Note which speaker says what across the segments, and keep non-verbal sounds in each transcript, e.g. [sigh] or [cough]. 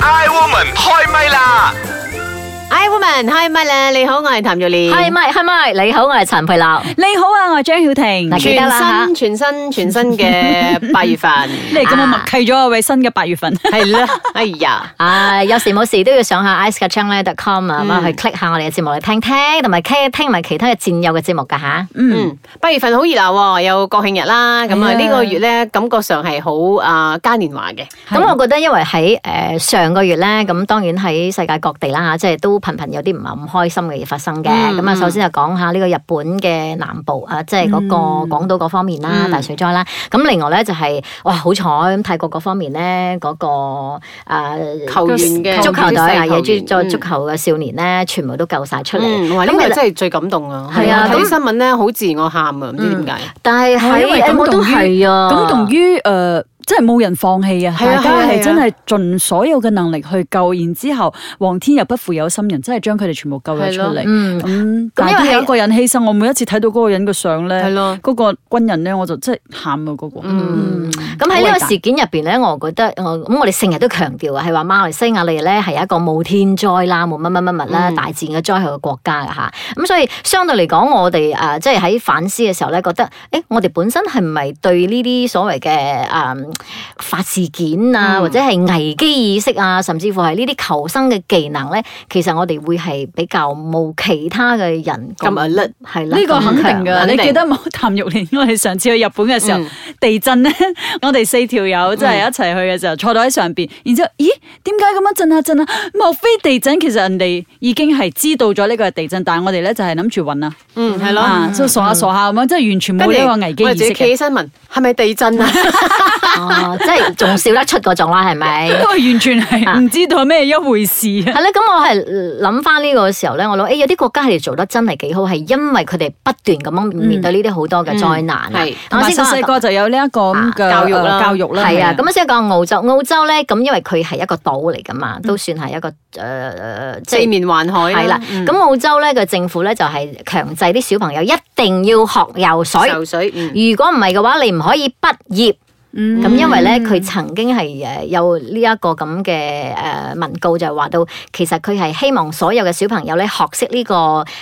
Speaker 1: Iwoman 開唛啦！
Speaker 2: I woman 開唛啦！你好，我係譚玉蓮。
Speaker 3: 係咪係咪？你好，我係陳佩樂。
Speaker 4: 你好啊，我係張曉婷。
Speaker 3: 嗱記
Speaker 2: 全
Speaker 3: 得啦
Speaker 2: 新全新全新嘅八月份，
Speaker 4: 你哋咁我默契咗啊，喂，新嘅八月份。
Speaker 2: 係啦，哎呀，
Speaker 3: 啊，有時冇事都要上下 iceketchup.com 啊，咁啊
Speaker 2: 嗯
Speaker 3: 去 click 下我哋嘅節目嚟聽聽，同埋聽聽埋其他嘅戰友嘅節目㗎吓。
Speaker 4: [laughs]
Speaker 2: 嗯，八月份好熱鬧喎，有國慶日啦，咁啊
Speaker 4: 係啊
Speaker 2: 呢個月咧感覺上係好啊嘉年華嘅，
Speaker 3: 咁我覺得因為喺誒、呃上個月咧，咁當然喺世界各地啦即係都頻頻有啲唔係咁開心嘅嘢發生嘅。
Speaker 2: 嗯
Speaker 3: 咁啊、首先就講下呢個日本嘅南部啊，即係嗰個港島嗰方面啦，
Speaker 2: 嗯
Speaker 3: 大水災啦。咁另外咧就係、哇，好彩咁泰國嗰方面咧嗰、個、呃
Speaker 2: 球員嘅
Speaker 3: 足球隊啊，野豬
Speaker 2: 球
Speaker 3: 足
Speaker 2: 員
Speaker 3: 足球嘅少年咧，全部都救晒出嚟。
Speaker 2: 嗯，哇！
Speaker 3: 咁
Speaker 2: 呢個
Speaker 3: 其實
Speaker 2: 真係最感動啊，
Speaker 3: 係啊
Speaker 2: 睇
Speaker 3: 咁
Speaker 2: 新聞咧好自我喊啊，唔知點解。
Speaker 3: 但係
Speaker 4: 係因為
Speaker 3: 喺
Speaker 4: 感
Speaker 3: 我都
Speaker 4: 動於
Speaker 3: 係啊，
Speaker 4: 感動於誒，即係冇人放棄啊！
Speaker 2: 係啊
Speaker 4: 大家
Speaker 2: 係啊係
Speaker 4: 係
Speaker 2: 啊
Speaker 4: 真係盡所有嘅能力去救，然之後皇天又不負有心人，真係將佢哋全部救咗出
Speaker 2: 係咯
Speaker 4: 嚟。
Speaker 3: 嗯。
Speaker 4: 咁但係
Speaker 3: 因為
Speaker 4: 都
Speaker 3: 係
Speaker 4: 有一個人犧牲，我每一次睇到嗰個人嘅相
Speaker 2: 係
Speaker 4: 咧，
Speaker 2: 咯，
Speaker 4: 嗰個軍人咧，我就真係喊啊嗰個。
Speaker 2: 嗯，
Speaker 3: 咁喺呢
Speaker 4: 好偉
Speaker 3: 個
Speaker 4: 大
Speaker 3: 事件入邊咧，我覺得我咁我哋成日都強調啊，係話馬來西亞你咧係一個冇天災啦，冇乜乜乜乜啦，
Speaker 2: 嗯
Speaker 3: 大自然嘅災害嘅國家㗎吓。咁所以相對嚟講，我哋誒、呃即係喺反思嘅時候咧，覺得誒、欸我哋本身係咪對呢啲所謂嘅誒法事件啊，
Speaker 2: 嗯
Speaker 3: 或者係危機意識啊，甚至乎係呢啲求生嘅技能咧，其實我哋會係比較冇其他嘅人
Speaker 2: 咁 alert
Speaker 3: 係啦，
Speaker 4: 呢個
Speaker 3: 咁
Speaker 4: 肯定
Speaker 3: 強
Speaker 4: 㗎，
Speaker 2: 肯
Speaker 4: 你
Speaker 2: 定
Speaker 4: 記得冇譚玉蓮？我哋上次去日本嘅時候
Speaker 2: 嗯，
Speaker 4: 地震咧， [laughs] 我哋四條友即係一齊去嘅時候，坐到喺上邊，然之後，咦？點解咁樣震下震下？莫非地震其實人哋已經係知道咗呢個係地震，但係我哋咧就係諗住暈啊，
Speaker 2: 嗯，係咯。
Speaker 4: 啊，即係傻下傻下咁樣，即係完全
Speaker 2: 跟住
Speaker 4: 冇呢個
Speaker 2: 我哋
Speaker 4: 危機
Speaker 2: 自
Speaker 4: 意
Speaker 2: 己
Speaker 4: 識
Speaker 2: 企
Speaker 4: 嘅，
Speaker 2: 起身問係咪地震啊？
Speaker 3: 哦， [laughs] 即係仲笑得出嗰種啦，係咪？
Speaker 4: 因為完全
Speaker 2: 啊
Speaker 4: 係唔知道係咩一回事啊。
Speaker 3: [laughs] 係啦，咁我係諗翻呢個時候咧，我諗誒、欸有啲國家佢哋做得真係幾好，係因為佢哋不斷咁樣面對呢啲好多嘅災難啊。
Speaker 2: 嗯係
Speaker 4: 同埋細
Speaker 3: 講
Speaker 4: 細個就有呢一個咁嘅
Speaker 2: 啊教育啦
Speaker 4: 呃教育啦，
Speaker 3: 係啊，咁先講澳洲，澳洲咧咁因為佢係一個島嚟噶嘛，都算係一個誒、呃即
Speaker 2: 四
Speaker 3: 係。
Speaker 2: 面環海
Speaker 3: 係啦，
Speaker 2: 嗯
Speaker 3: 咁、澳洲咧嘅政府咧就係強制啲小朋友一定要學游水，
Speaker 2: 受水，嗯
Speaker 3: 如果唔係嘅話，你唔可以畢業。
Speaker 4: 嗯
Speaker 3: 咁因為咧，佢曾經係誒有呢一個咁嘅誒文告，就係話到其實佢係希望所有嘅小朋友咧學識呢個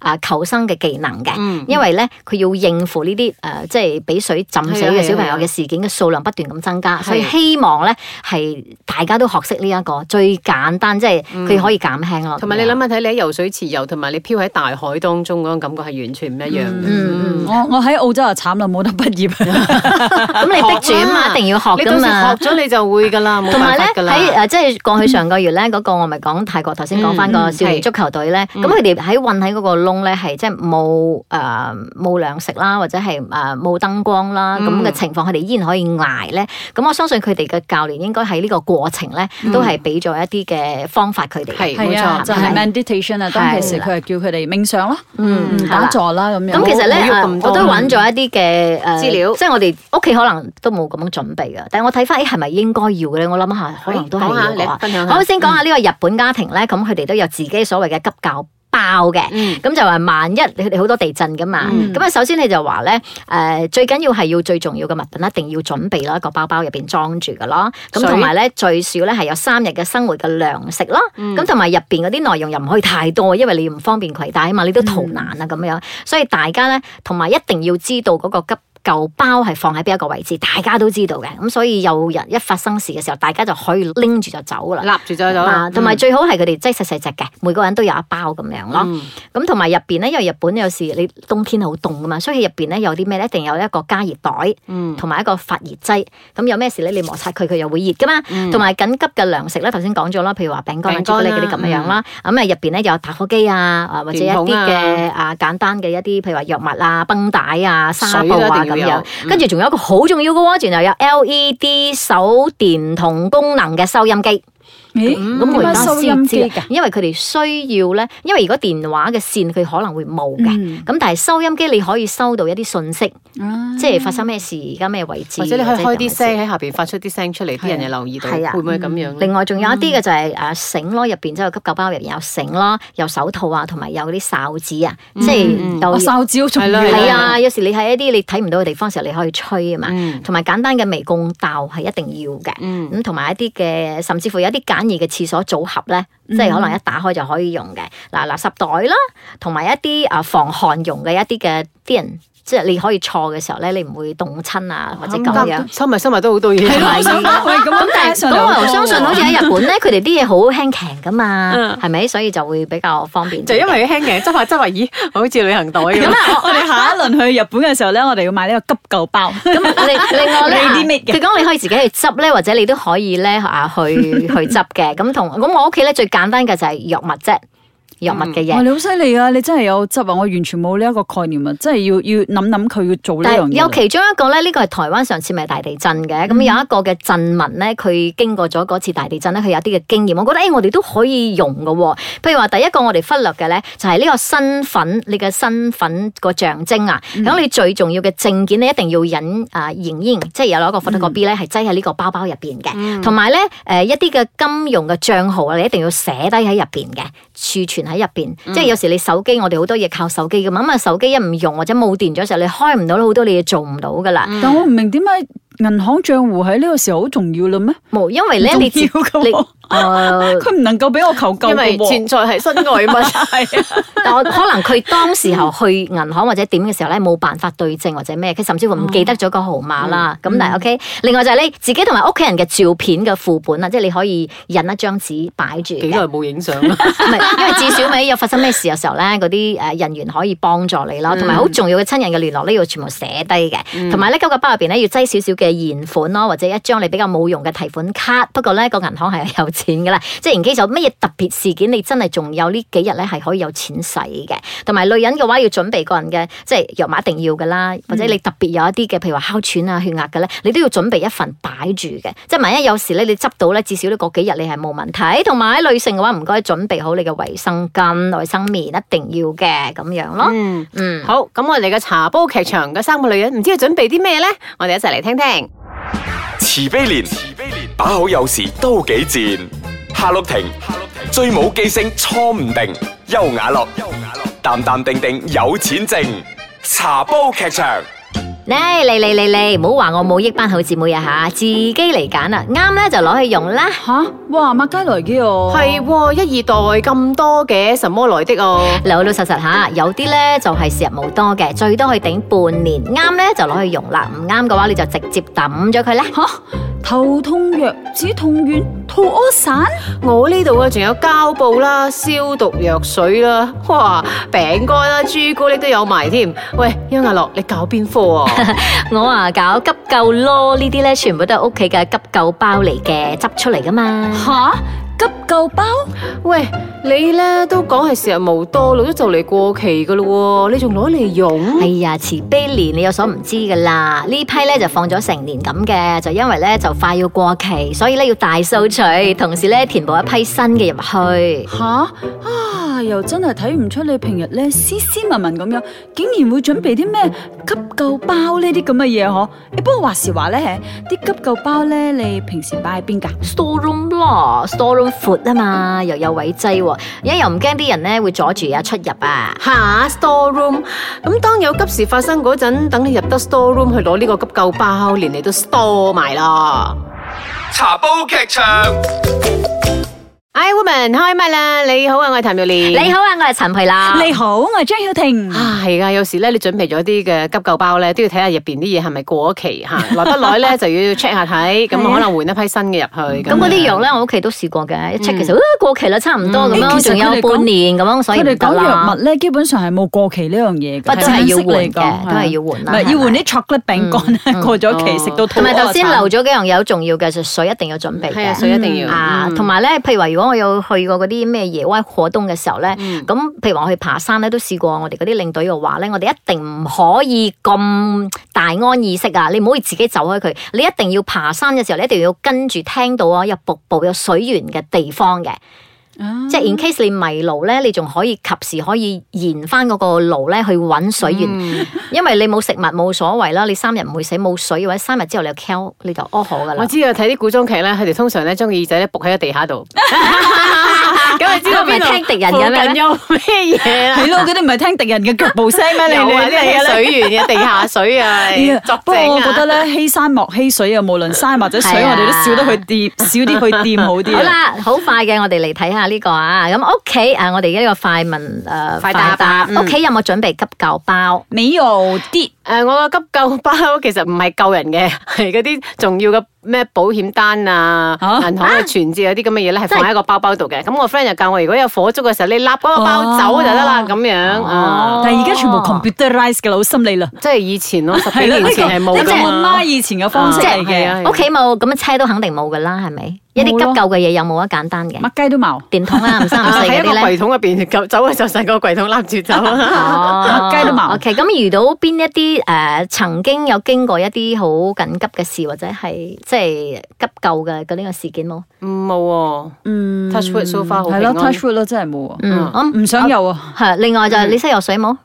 Speaker 3: 啊求生嘅技能嘅，
Speaker 2: 嗯
Speaker 3: 因為咧佢要應付呢啲誒即係俾水浸死
Speaker 2: 係啊係
Speaker 3: 嘅
Speaker 2: 啊
Speaker 3: 小朋友嘅事件嘅數量不斷咁增加，
Speaker 2: 係
Speaker 3: 所以希望咧係大家都學識呢一個最簡單，即係佢可以減輕咯。
Speaker 2: 嗯同埋你諗下睇，你喺游水池游，同埋你漂喺大海當中嗰種感覺係完全唔一樣嘅。
Speaker 3: 嗯
Speaker 4: 我我喺澳洲就慘啦，冇得畢業。
Speaker 3: 咁你逼住啊嘛，一定要學
Speaker 2: 你
Speaker 3: 噶
Speaker 2: 到時
Speaker 3: 嘛。
Speaker 2: 學咗你就會㗎啦，冇
Speaker 3: 同
Speaker 2: 辦
Speaker 3: 埋咧
Speaker 2: 法㗎啦。
Speaker 3: 喺呃誒，即係過去上個月咧，嗰個我咪講泰國頭先講翻
Speaker 2: 嗯
Speaker 3: 個少年足球隊咧，咁佢哋喺困喺嗰個窿咧，係即係冇誒冇糧食啦，或者係誒冇燈光啦，
Speaker 2: 嗯
Speaker 3: 咁嘅情況佢哋依然可以捱咧。咁我相信佢哋嘅教練應該喺呢個過程咧，都係俾咗一啲嘅方法佢哋。
Speaker 2: 嗯係
Speaker 4: 係啊，就係 meditation 啊，當其
Speaker 3: 係
Speaker 4: 時
Speaker 3: 啦
Speaker 4: 佢係叫佢哋冥想啦，
Speaker 3: 嗯
Speaker 4: 嗯
Speaker 3: 係啦
Speaker 4: 打坐啦咁樣。
Speaker 3: 咁其實咧，
Speaker 2: 冇喐
Speaker 3: 誒
Speaker 2: 咁
Speaker 3: 我
Speaker 2: 多
Speaker 3: 都揾咗一啲嘅誒
Speaker 2: 資料
Speaker 3: 即係我哋屋企可能都冇咁樣準備嘅。但係我睇翻，誒係咪應該要嘅咧？我諗下，可能都係
Speaker 2: 講下
Speaker 3: 要嘅
Speaker 2: 你
Speaker 3: 話。
Speaker 2: 分享下
Speaker 3: 好，先講下呢個日本家庭咧，咁佢哋都有自己所謂嘅急教包嘅。
Speaker 2: 嗯
Speaker 3: 咁就話萬一佢哋好多地震噶嘛，
Speaker 2: 嗯
Speaker 3: 咁啊、首先你就話咧，誒、最緊要係要最重要嘅物品一定要準備啦，個包包入邊裝住噶咯，咁
Speaker 2: 水
Speaker 3: 同埋咧最少咧係有三日嘅生活嘅糧食咯，
Speaker 2: 嗯
Speaker 3: 咁同埋入邊嗰啲內容又唔可以太多，因為你唔方便攜帶啊嘛，你都逃難
Speaker 2: 嗯
Speaker 3: 啊咁樣，所以大家咧同埋一定要知道嗰個急。救包係放喺邊一個位置，大家都知道嘅，咁所以有人一發生事嘅時候，大家就可以拎住就走噶啦。
Speaker 2: 立住咗就嗯
Speaker 3: 啊，同埋最好係佢哋擠細細隻嘅，每個人都有一包咁樣
Speaker 2: 嗯
Speaker 3: 咯。咁同埋入邊咧，因為日本有時你冬天好凍噶嘛，所以入邊咧有啲咩咧，一定有一個加熱袋，
Speaker 2: 嗯
Speaker 3: 同埋一個發熱劑。咁有咩事咧，你摩擦佢，佢又會熱噶嘛。同埋緊急嘅糧食咧，頭先講咗啦，譬如話餅乾啊、
Speaker 2: 嗯餅乾啊
Speaker 3: 朱古力嗰啲咁樣樣啦。咁啊入邊咧有打火機啊，啊或者一啲嘅
Speaker 2: 電
Speaker 3: 啊簡單嘅一啲，譬如話藥物啊、繃帶啊、紗
Speaker 2: 水
Speaker 3: 布
Speaker 2: 都
Speaker 3: 啊
Speaker 2: 一
Speaker 3: 咁
Speaker 2: 定要有嗯
Speaker 3: 樣。跟住仲有一個好重要嘅喎，原來有 LED 手電筒功能嘅收音機。
Speaker 4: 咦，
Speaker 2: 嗯
Speaker 3: 嗯咁我而家
Speaker 4: 點解收
Speaker 3: 先
Speaker 4: 音
Speaker 3: 知
Speaker 4: 機
Speaker 3: 嘅
Speaker 4: 㗎，？
Speaker 3: 因為佢哋需要咧，因為如果電話嘅線佢可能會冇嘅，
Speaker 4: 嗯
Speaker 3: 咁、但係收音機你可以收到一啲信息，即係發生咩事，而家咩位置，
Speaker 2: 啊或者你可以開啲
Speaker 3: 或者
Speaker 2: 聲喺下邊發出啲聲出嚟，啲人就留意到，
Speaker 3: 係啊
Speaker 2: 會唔會咁樣
Speaker 3: 另外仲有一啲嘅就係誒繩咯，入邊即係急救包入邊有繩咯，有手套啊，同埋有嗰啲哨子啊，
Speaker 2: 嗯
Speaker 3: 即係
Speaker 4: 我
Speaker 3: 有。
Speaker 4: 哨子好重要。
Speaker 2: 係
Speaker 3: 係
Speaker 2: 啦
Speaker 3: 啊，有時你喺一啲你睇唔到嘅地方嘅時候，你可以吹啊嘛
Speaker 2: 嗯，
Speaker 3: 同埋簡單嘅微共竇係一定要嘅，咁同埋一啲嘅，甚至乎有一啲簡簡易嘅廁所組合咧，即係可能一打開就可以用嘅。嗱，垃圾袋啦，同埋一啲啊防汗用嘅一啲嘅啲人，即係你可以坐嘅時候咧，你唔會凍親啊或者咁樣。
Speaker 2: 收埋收埋都好多嘢。
Speaker 4: 係咯，我想 [laughs] 講喂咁
Speaker 3: 咁
Speaker 4: 樣
Speaker 3: 但
Speaker 4: 加
Speaker 3: 係
Speaker 4: 上
Speaker 3: 咁
Speaker 4: 嚟
Speaker 3: 我
Speaker 4: 好啊
Speaker 3: 又
Speaker 4: 多
Speaker 3: 相信
Speaker 4: 喎
Speaker 3: 好似喺日本咧，佢哋啲嘢好輕騎噶嘛
Speaker 2: 嗯，
Speaker 3: 係咪？所以就會比較方便啲嘅。
Speaker 2: 就因為輕嘅，執下執下，咦，好似旅行袋咁。
Speaker 4: 啊我哋下一輪去日本嘅時候咧，我哋要買呢個急救包。
Speaker 3: 咁另另外咧
Speaker 4: Ready-made 嘅
Speaker 3: 佢講你可以自己去執咧，或者你都可以咧啊去去執嘅。咁同咁我屋企咧最簡單嘅就係藥物啫，藥物嘅
Speaker 4: 哇！
Speaker 3: 嘢。
Speaker 4: 你好犀利啊！你真係有執啊！我完全冇呢一個概念啊！真係要要諗諗佢要做呢
Speaker 3: 但
Speaker 4: 樣
Speaker 3: 係
Speaker 4: 嘢嗯
Speaker 3: 有。其中一個咧，呢個係台灣上次咪大地震嘅，咁有一個嘅鎮民咧，佢經過咗嗰次大地震咧，佢有啲嘅經驗，我覺得誒、欸我哋都可以用嘅喎。譬如話第一個我哋忽略嘅咧，就係呢個身份，你嘅身份個象徵啊。
Speaker 4: 嗯
Speaker 3: 咁你最重要嘅證件你一定要印啊影印，即係有攞個 photocopy 咧，係擠喺呢個包包入邊
Speaker 4: 嗯
Speaker 3: 嘅。同埋咧誒一啲嘅金融嘅帳號啊，你一定要寫低喺入邊嘅，儲存喺入邊。
Speaker 4: 嗯
Speaker 3: 即係有時你手機，我哋好多嘢靠手機噶嘛，咁啊手機一唔用或者冇電咗嘅時候，你開唔到好多你嘢做唔到噶啦。
Speaker 4: 但我唔明點解銀行帳戶喺呢個時候好重要嘞咩？
Speaker 3: 冇，因為咧
Speaker 4: 唔
Speaker 3: 你自呃
Speaker 4: 重
Speaker 3: 你
Speaker 4: 要噶喎，
Speaker 3: 誒
Speaker 4: 佢唔能夠俾我求救
Speaker 2: 因
Speaker 4: 嘅
Speaker 2: 為
Speaker 4: 喎。
Speaker 2: 存在係身外物。
Speaker 4: 係啊
Speaker 3: 但我可能佢當時候去銀行或者點嘅時候咧，冇辦法對證或者咩，佢甚至乎唔記得咗個號碼
Speaker 4: 嗯
Speaker 3: 啦。咁、但係 OK，另外就係你自己同埋屋企人嘅照片嘅副本啊，即係你可以印一張紙擺住嘅。
Speaker 2: 幾耐冇影相啦？
Speaker 3: 唔係，因為至少尾有發生咩事嘅時候咧，嗰啲誒人員可以幫助你啦，同埋好重要嘅親人嘅聯絡呢，要全部寫低嘅，同埋咧九個包入邊咧要擠少少嘅現款咯，或者一張你比較冇用嘅提款卡。不過咧個銀行係有錢噶啦，即係然機就乜嘢特別事件，你真係仲有呢幾日咧係可以有錢使嘅。同埋女人嘅話要準備個人嘅即係藥物一定要噶啦，或者你特別有一啲嘅譬如話哮喘啊、血壓嘅咧，你都要準備一份擺住嘅。即係萬一有時咧你執到咧，至少呢嗰幾日你係冇問題。同埋女性嘅話，唔該準備好你嘅衛生巾、衛生棉，一定要嘅咁樣咯。
Speaker 2: 嗯，[laughs]
Speaker 3: 嗯。
Speaker 2: 好，咁我哋嘅茶煲劇場嘅三個女人，唔知佢準備啲咩咧？我哋一齊嚟聽聽。
Speaker 1: 慈悲蓮，慈悲蓮，把好有時都幾賤。夏綠庭，夏綠庭，最冇記性錯唔定。優雅樂，優雅樂，淡淡定定有錢剩。茶煲劇場。
Speaker 3: 嚟嚟嚟嚟嚟，唔好話我冇益班好姊妹啊吓，自己嚟揀啦，啱咧就攞去用啦。
Speaker 4: 吓哇！麥佳來嘅喎，
Speaker 2: 係喎，一二代咁多嘅，什麼來的哦？
Speaker 3: 老老實實吓，有啲咧就係時日無多嘅，最多可以頂半年，啱咧就攞去用啦，唔啱嘅話你就直接抌咗佢啦。
Speaker 4: 吓頭痛藥、止痛丸、肚屙散。
Speaker 2: 我呢度啊，仲有膠布啦、消毒藥水啦，哇，餅乾啦、朱古力都有埋添。喂，邱亞樂，你搞邊科啊？
Speaker 3: 我啊搞急救咯，呢啲咧全部都係屋企嘅急救包嚟嘅，執出嚟噶嘛。
Speaker 4: 吓急救包，
Speaker 2: 喂，你咧都講係時日無多，老咗就嚟過期噶咯喎，你仲攞嚟用？
Speaker 3: 哎呀，慈悲蓮，你有所唔知噶啦，呢批咧就放咗成年咁嘅，就因為咧就快要過期，所以咧要大掃除，同時咧填補一批新嘅入去。
Speaker 4: 吓啊！又真係睇唔出你平日咧斯斯文文咁樣，竟然會準備啲咩急救包呢啲咁嘅嘢嗬？誒，不過話時話咧，啲急救包咧，你平時擺喺邊㗎？
Speaker 3: store room 咯，store room 闊啊嘛，又有位擠喎，而家又唔驚啲人咧會阻住啊出入啊。
Speaker 2: 吓 store room，咁當有急事發生嗰陣，等你入得 store room 去攞呢個急救包，連你都 store 埋啦。
Speaker 1: 茶煲劇場。
Speaker 2: I woman 開唛啦！你好啊，我係譚妙蓮。
Speaker 3: 你好啊，我係陳培娜。
Speaker 4: 嗯你好，我係張曉婷。
Speaker 2: 啊，係噶，有時咧，你準備咗啲嘅急救包咧，都要睇下入邊啲嘢係咪過咗期嚇，耐不耐咧就要 check 下睇，咁
Speaker 4: 係啊
Speaker 2: 可能換一批新嘅入去。
Speaker 3: 咁嗰啲藥咧，我屋企都試過嘅，一 check 其實啊過期啦，差唔多咁
Speaker 4: 嗯
Speaker 3: 樣，
Speaker 4: 誒其實
Speaker 3: 仲有
Speaker 4: 佢哋講
Speaker 3: 半年咁樣，所以
Speaker 4: 佢哋
Speaker 3: 唔得
Speaker 4: 講藥
Speaker 3: 啦
Speaker 4: 物。咧，基本上係冇過期呢樣嘢嘅，
Speaker 3: 不過都係要換嘅
Speaker 4: 正式嚟講
Speaker 3: 都係要換啦
Speaker 4: 唔係
Speaker 3: 係咪
Speaker 4: 要換啲 chocolate 餅乾咧，過咗期食到肚
Speaker 3: 同埋頭先漏
Speaker 4: 流
Speaker 3: 咗幾樣嘢好重要嘅，就水一定要準備
Speaker 2: 係啊，
Speaker 3: 嘅。
Speaker 2: 所以一定要
Speaker 3: 啊，同埋咧，譬如話，如果我有去過嗰啲咩野外活動嘅時候咧，咁譬如話我去爬山咧，都試過我哋嗰啲領隊嘅話咧，我哋一定唔可以咁大安意識啊！你唔可以自己走開佢，你一定要爬山嘅時候，你一定要跟住聽到啊有瀑布、有水源嘅地方嘅。即係 in case 你迷路咧，你仲可以及時可以沿翻嗰個路咧去揾水源，因為你冇食物冇所謂啦，你三日唔會死，冇水或者三日之後你就 kill 你就屙河噶啦
Speaker 2: 我。知啊，睇啲古裝劇咧，佢哋通常咧將個耳仔咧伏喺個地下度， [laughs] 咁你知道邊度
Speaker 3: 佢咪聽敵人嘅咩
Speaker 2: 附近有咩嘢
Speaker 4: [laughs]
Speaker 2: 啦？
Speaker 4: 係咯，佢哋唔係聽敵人嘅腳步聲咩？你
Speaker 2: 有啊，
Speaker 4: 你你
Speaker 2: 啲水源嘅地下水啊，作
Speaker 4: 不過
Speaker 2: 證
Speaker 4: 我覺
Speaker 2: 啊。
Speaker 3: [laughs]
Speaker 4: 得咧，欺山莫欺水啊！無論山或者水，
Speaker 3: 係
Speaker 4: 我
Speaker 3: 啊
Speaker 4: 哋都少得去掂，少啲去掂好啲
Speaker 3: 好
Speaker 4: 啊。
Speaker 3: 啦，好快嘅，我哋嚟睇下呢個啊。咁屋企啊，我哋而家呢個快問誒
Speaker 2: 快答嗯
Speaker 3: 屋企有冇準備急救包？
Speaker 4: 美油啲
Speaker 2: 誒、我個急 [laughs] 救包其實唔係救人 [laughs] 嘅，係嗰啲重要嘅咩保險單啊、
Speaker 4: 啊
Speaker 2: 銀行嘅存折嗰啲咁嘅嘢咧，係放喺個包包度嘅。咁我 friend 就教我，如果有火燭嘅時候，你立嗰個
Speaker 4: Ờ.
Speaker 2: 包走就得啦，咁樣
Speaker 3: 哦
Speaker 2: 啊，
Speaker 4: 但係而家全部 computerized 嘅啦，好心理啦。
Speaker 2: 即係以前咯，十幾
Speaker 4: 係啦，
Speaker 2: 年
Speaker 4: 呢
Speaker 2: 前係
Speaker 4: 個
Speaker 2: 冇
Speaker 4: 呢個
Speaker 2: 噶
Speaker 4: 我
Speaker 2: 嘛
Speaker 4: 媽。以前嘅
Speaker 2: Ờ,
Speaker 4: 方式嚟
Speaker 2: 即係啊
Speaker 4: 嘅，
Speaker 2: 係
Speaker 3: 屋企冇哦咁嘅車都肯定冇噶啦，係咪？一啲
Speaker 4: 冇
Speaker 3: 急
Speaker 4: 咯
Speaker 3: 救嘅嘢有冇啊？簡單嘅
Speaker 4: 乜雞都冇，
Speaker 3: 電筒啊，唔三唔
Speaker 2: 啊
Speaker 3: 四
Speaker 2: 喺
Speaker 3: 嗰
Speaker 2: 一個
Speaker 3: 啲咧
Speaker 2: 櫃。桶入 [laughs] 邊，走走嘅時候成個櫃桶攬
Speaker 4: [laughs]
Speaker 2: 住走啊。
Speaker 3: 哦
Speaker 4: 雞都冇
Speaker 3: O K，咁遇到邊一啲誒、呃曾經有經過一啲好緊急嘅事，或者係即係急救嘅嗰呢個事件冇？
Speaker 2: 唔冇
Speaker 4: 嗯
Speaker 2: à. Touch wood so far 好
Speaker 4: 係咯
Speaker 2: 平安
Speaker 4: ，touch wood 咯，真係冇啊，
Speaker 3: 嗯，我
Speaker 4: 唔想有啊，
Speaker 3: 係另外
Speaker 2: 嗯
Speaker 3: 就係你識游水冇？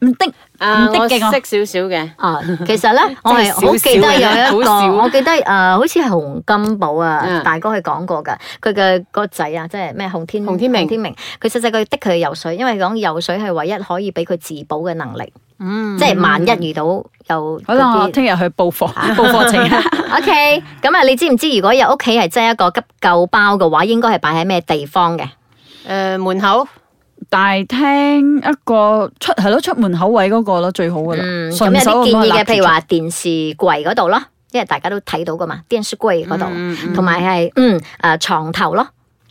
Speaker 4: 唔得，
Speaker 2: 喎，啊
Speaker 4: 唔
Speaker 2: 我
Speaker 4: 得
Speaker 2: 識
Speaker 4: 嘅我。
Speaker 2: 少少嘅。 [laughs]
Speaker 3: 啊，其實咧，我係好記得有
Speaker 2: 真係少
Speaker 3: 一
Speaker 2: 少嘅
Speaker 3: 個，
Speaker 2: 好少
Speaker 3: 我記得誒，呃好似係洪金寶啊
Speaker 2: 嗯，
Speaker 3: 大哥佢講過㗎，佢嘅個仔啊，即係咩洪天
Speaker 2: 洪天明
Speaker 3: 天明，佢細細個的佢去游水，因為講游水係唯一可以俾佢自保嘅能力，
Speaker 2: 嗯
Speaker 3: 即係萬一遇到有
Speaker 4: 好啦，我
Speaker 3: 嗰啲。
Speaker 4: 聽日去
Speaker 3: [laughs]
Speaker 4: 報課，報課程。
Speaker 3: O K，咁啊，你知唔知如果有屋企係真係一個急救包嘅話，應該係擺喺咩地方嘅？
Speaker 2: 誒門口
Speaker 4: 大廳一個出係咯，出門口位嗰個咯，最好噶啦。
Speaker 3: 嗯，咁
Speaker 4: 順
Speaker 3: 有啲
Speaker 4: 手咁
Speaker 3: 建
Speaker 4: 樣
Speaker 3: 議嘅，
Speaker 4: 揦住
Speaker 3: 譬如
Speaker 4: 出
Speaker 3: 話電視櫃嗰度咯，因為大家都睇到噶嘛，電視櫃嗰度。
Speaker 2: 嗯嗯
Speaker 3: 同埋係嗯誒、呃床頭咯，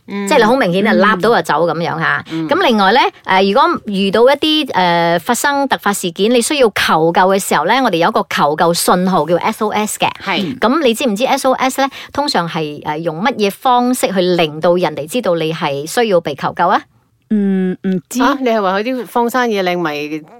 Speaker 2: 嗯
Speaker 3: 即係你好明顯係揦到就走咁樣吓。咁、另外咧誒、呃如果遇到一啲誒、呃、發生突發事件，你需要求救嘅時候咧，我哋有一個求救信號叫 SOS 嘅。
Speaker 2: 係
Speaker 3: 咁你知唔知 SOS 咧？通常係誒用乜嘢方式去令到人哋知道你係需要被求救啊？
Speaker 4: 嗯，唔知
Speaker 2: 啊！你係話佢啲荒山野嶺咪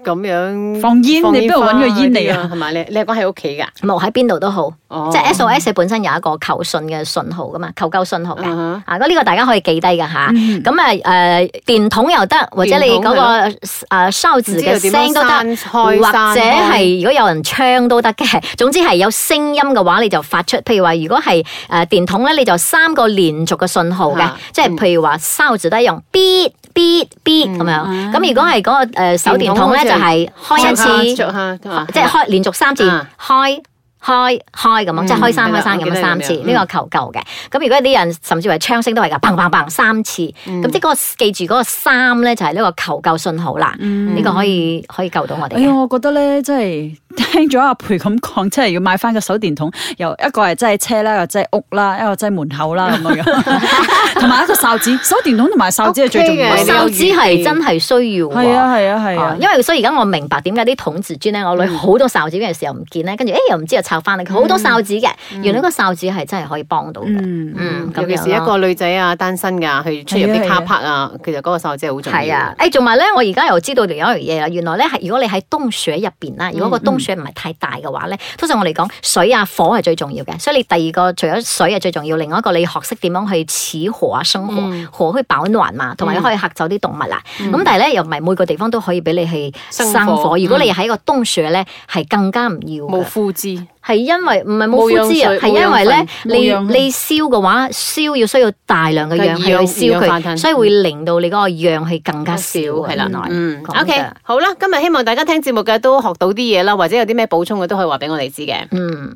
Speaker 2: 咁樣
Speaker 4: 放煙
Speaker 2: 放
Speaker 4: 你邊度
Speaker 2: 花
Speaker 4: 搵個煙
Speaker 2: 嗰啲
Speaker 4: 嚟啊
Speaker 2: 係咪？你你係講喺屋企㗎？
Speaker 3: 無喺邊度都好，
Speaker 2: 哦
Speaker 3: 即係 SOS 本身有一個求信嘅信號噶嘛，求救信號嘅。
Speaker 2: 啊
Speaker 3: 啊，咁呢個大家可以記低㗎吓。
Speaker 4: 嗯
Speaker 3: 咁啊誒電筒又得，或者你
Speaker 2: 電筒
Speaker 3: 嗰
Speaker 2: 係
Speaker 3: 個誒哨
Speaker 2: 唔
Speaker 3: 子
Speaker 2: 知
Speaker 3: 嘅
Speaker 2: 又點
Speaker 3: 聲
Speaker 2: 樣
Speaker 3: 都得。
Speaker 2: 閂
Speaker 3: 或
Speaker 2: 開
Speaker 3: 者
Speaker 2: 閂開
Speaker 3: 係如果有人唱都得嘅， [laughs] 總之係有聲音嘅話，你就發出。譬如話，如果係誒、呃、電筒咧，你就三個連續嘅信號嘅
Speaker 2: 啊，
Speaker 3: 即係譬如話哨子都係用 beat beat beat 咁樣。
Speaker 4: 啊
Speaker 3: 咁如果係嗰個呃手電筒咧，
Speaker 2: 嗯電筒
Speaker 3: 就係開一次。
Speaker 2: 着下着下
Speaker 4: 啊
Speaker 3: 即係開連續三次
Speaker 2: 啊
Speaker 3: 開。開開咁樣，
Speaker 2: 嗯
Speaker 3: 即係開三
Speaker 2: 係啦
Speaker 3: 開三
Speaker 2: 我
Speaker 3: 咁
Speaker 2: 記得
Speaker 3: 樣
Speaker 2: 有嗯
Speaker 3: 三次，
Speaker 2: 呢個
Speaker 3: 呢個求救嘅。咁如果啲人甚至係槍聲都係㗎，砰砰砰三次，
Speaker 2: 嗯
Speaker 3: 咁即係嗰個記住嗰個三咧就係呢個求救信號啦。
Speaker 2: 嗯
Speaker 3: 呢個可以可以救到我哋
Speaker 4: 哎呀，
Speaker 3: 嘅。
Speaker 4: 我覺得咧，真係 [laughs] 聽咗阿培咁講，真係要買翻個手電筒，由一個係真係車啦，一個真係屋啦，一個真係門口啦咁樣樣，同埋一個哨子，手電筒同埋哨子係最重要
Speaker 2: OK 嘅
Speaker 4: 嘅。
Speaker 3: 手指係真係需要
Speaker 4: 係
Speaker 3: 喎。
Speaker 4: 啊係啊係
Speaker 3: 啊
Speaker 4: 啊，
Speaker 3: 因為所以而家我明白點解啲筒子磚咧，我
Speaker 2: 嗯
Speaker 3: 女好多哨子嘅時候唔見咧，跟住哎誒又唔知又抄翻嚟，佢好多哨子嘅，原來個哨子係真係可以幫到嘅。
Speaker 4: 嗯，
Speaker 3: 嗯，咁
Speaker 2: 尤其是一
Speaker 3: 樣咯
Speaker 2: 個女仔啊，單身㗎，去出入
Speaker 4: 係啊係
Speaker 2: 啲
Speaker 4: 啊
Speaker 2: 卡拍啊，其實嗰個手指係好重要。
Speaker 3: 係啊，，誒，仲埋咧，我而家又知道有一樣嘢啦。原來咧，係如果你喺冬雪入邊
Speaker 2: 嗯
Speaker 3: 啦，如果個冬雪唔係太大嘅話咧，通常我哋講水啊火係最重要嘅。所以你第二個除咗水係啊最重要，另外一個你學識點樣去似火啊生火，
Speaker 2: 嗯
Speaker 3: 火可以保暖嘛，同埋可以嚇走啲動物啦。咁但係咧，又唔係每個地方都可以俾你去
Speaker 2: 生
Speaker 3: 生火。
Speaker 2: 火嗯
Speaker 3: 如果你喺個冬雪咧，係更加唔要
Speaker 2: 冇
Speaker 3: 嘅。
Speaker 2: 枯枝。
Speaker 3: 係因為唔係冇
Speaker 2: 冇
Speaker 3: 枯枝啊
Speaker 2: 氧水，
Speaker 3: 係因為咧
Speaker 4: 冇
Speaker 3: 你
Speaker 4: 氧氣
Speaker 3: 你燒嘅話，燒要需要大量嘅氧氣
Speaker 2: 係二氧
Speaker 3: 去燒
Speaker 2: 二氧化碳
Speaker 3: 佢，所以會令到你嗰個氧氣更加少啊
Speaker 2: 係啦
Speaker 3: 原來
Speaker 2: 嗯
Speaker 3: 講
Speaker 2: ，OK，
Speaker 3: 得
Speaker 2: 好啦，今日希望大家聽節目嘅都學到啲嘢啦，或者有啲咩補充嘅都可以話俾我哋知嘅。
Speaker 3: 嗯。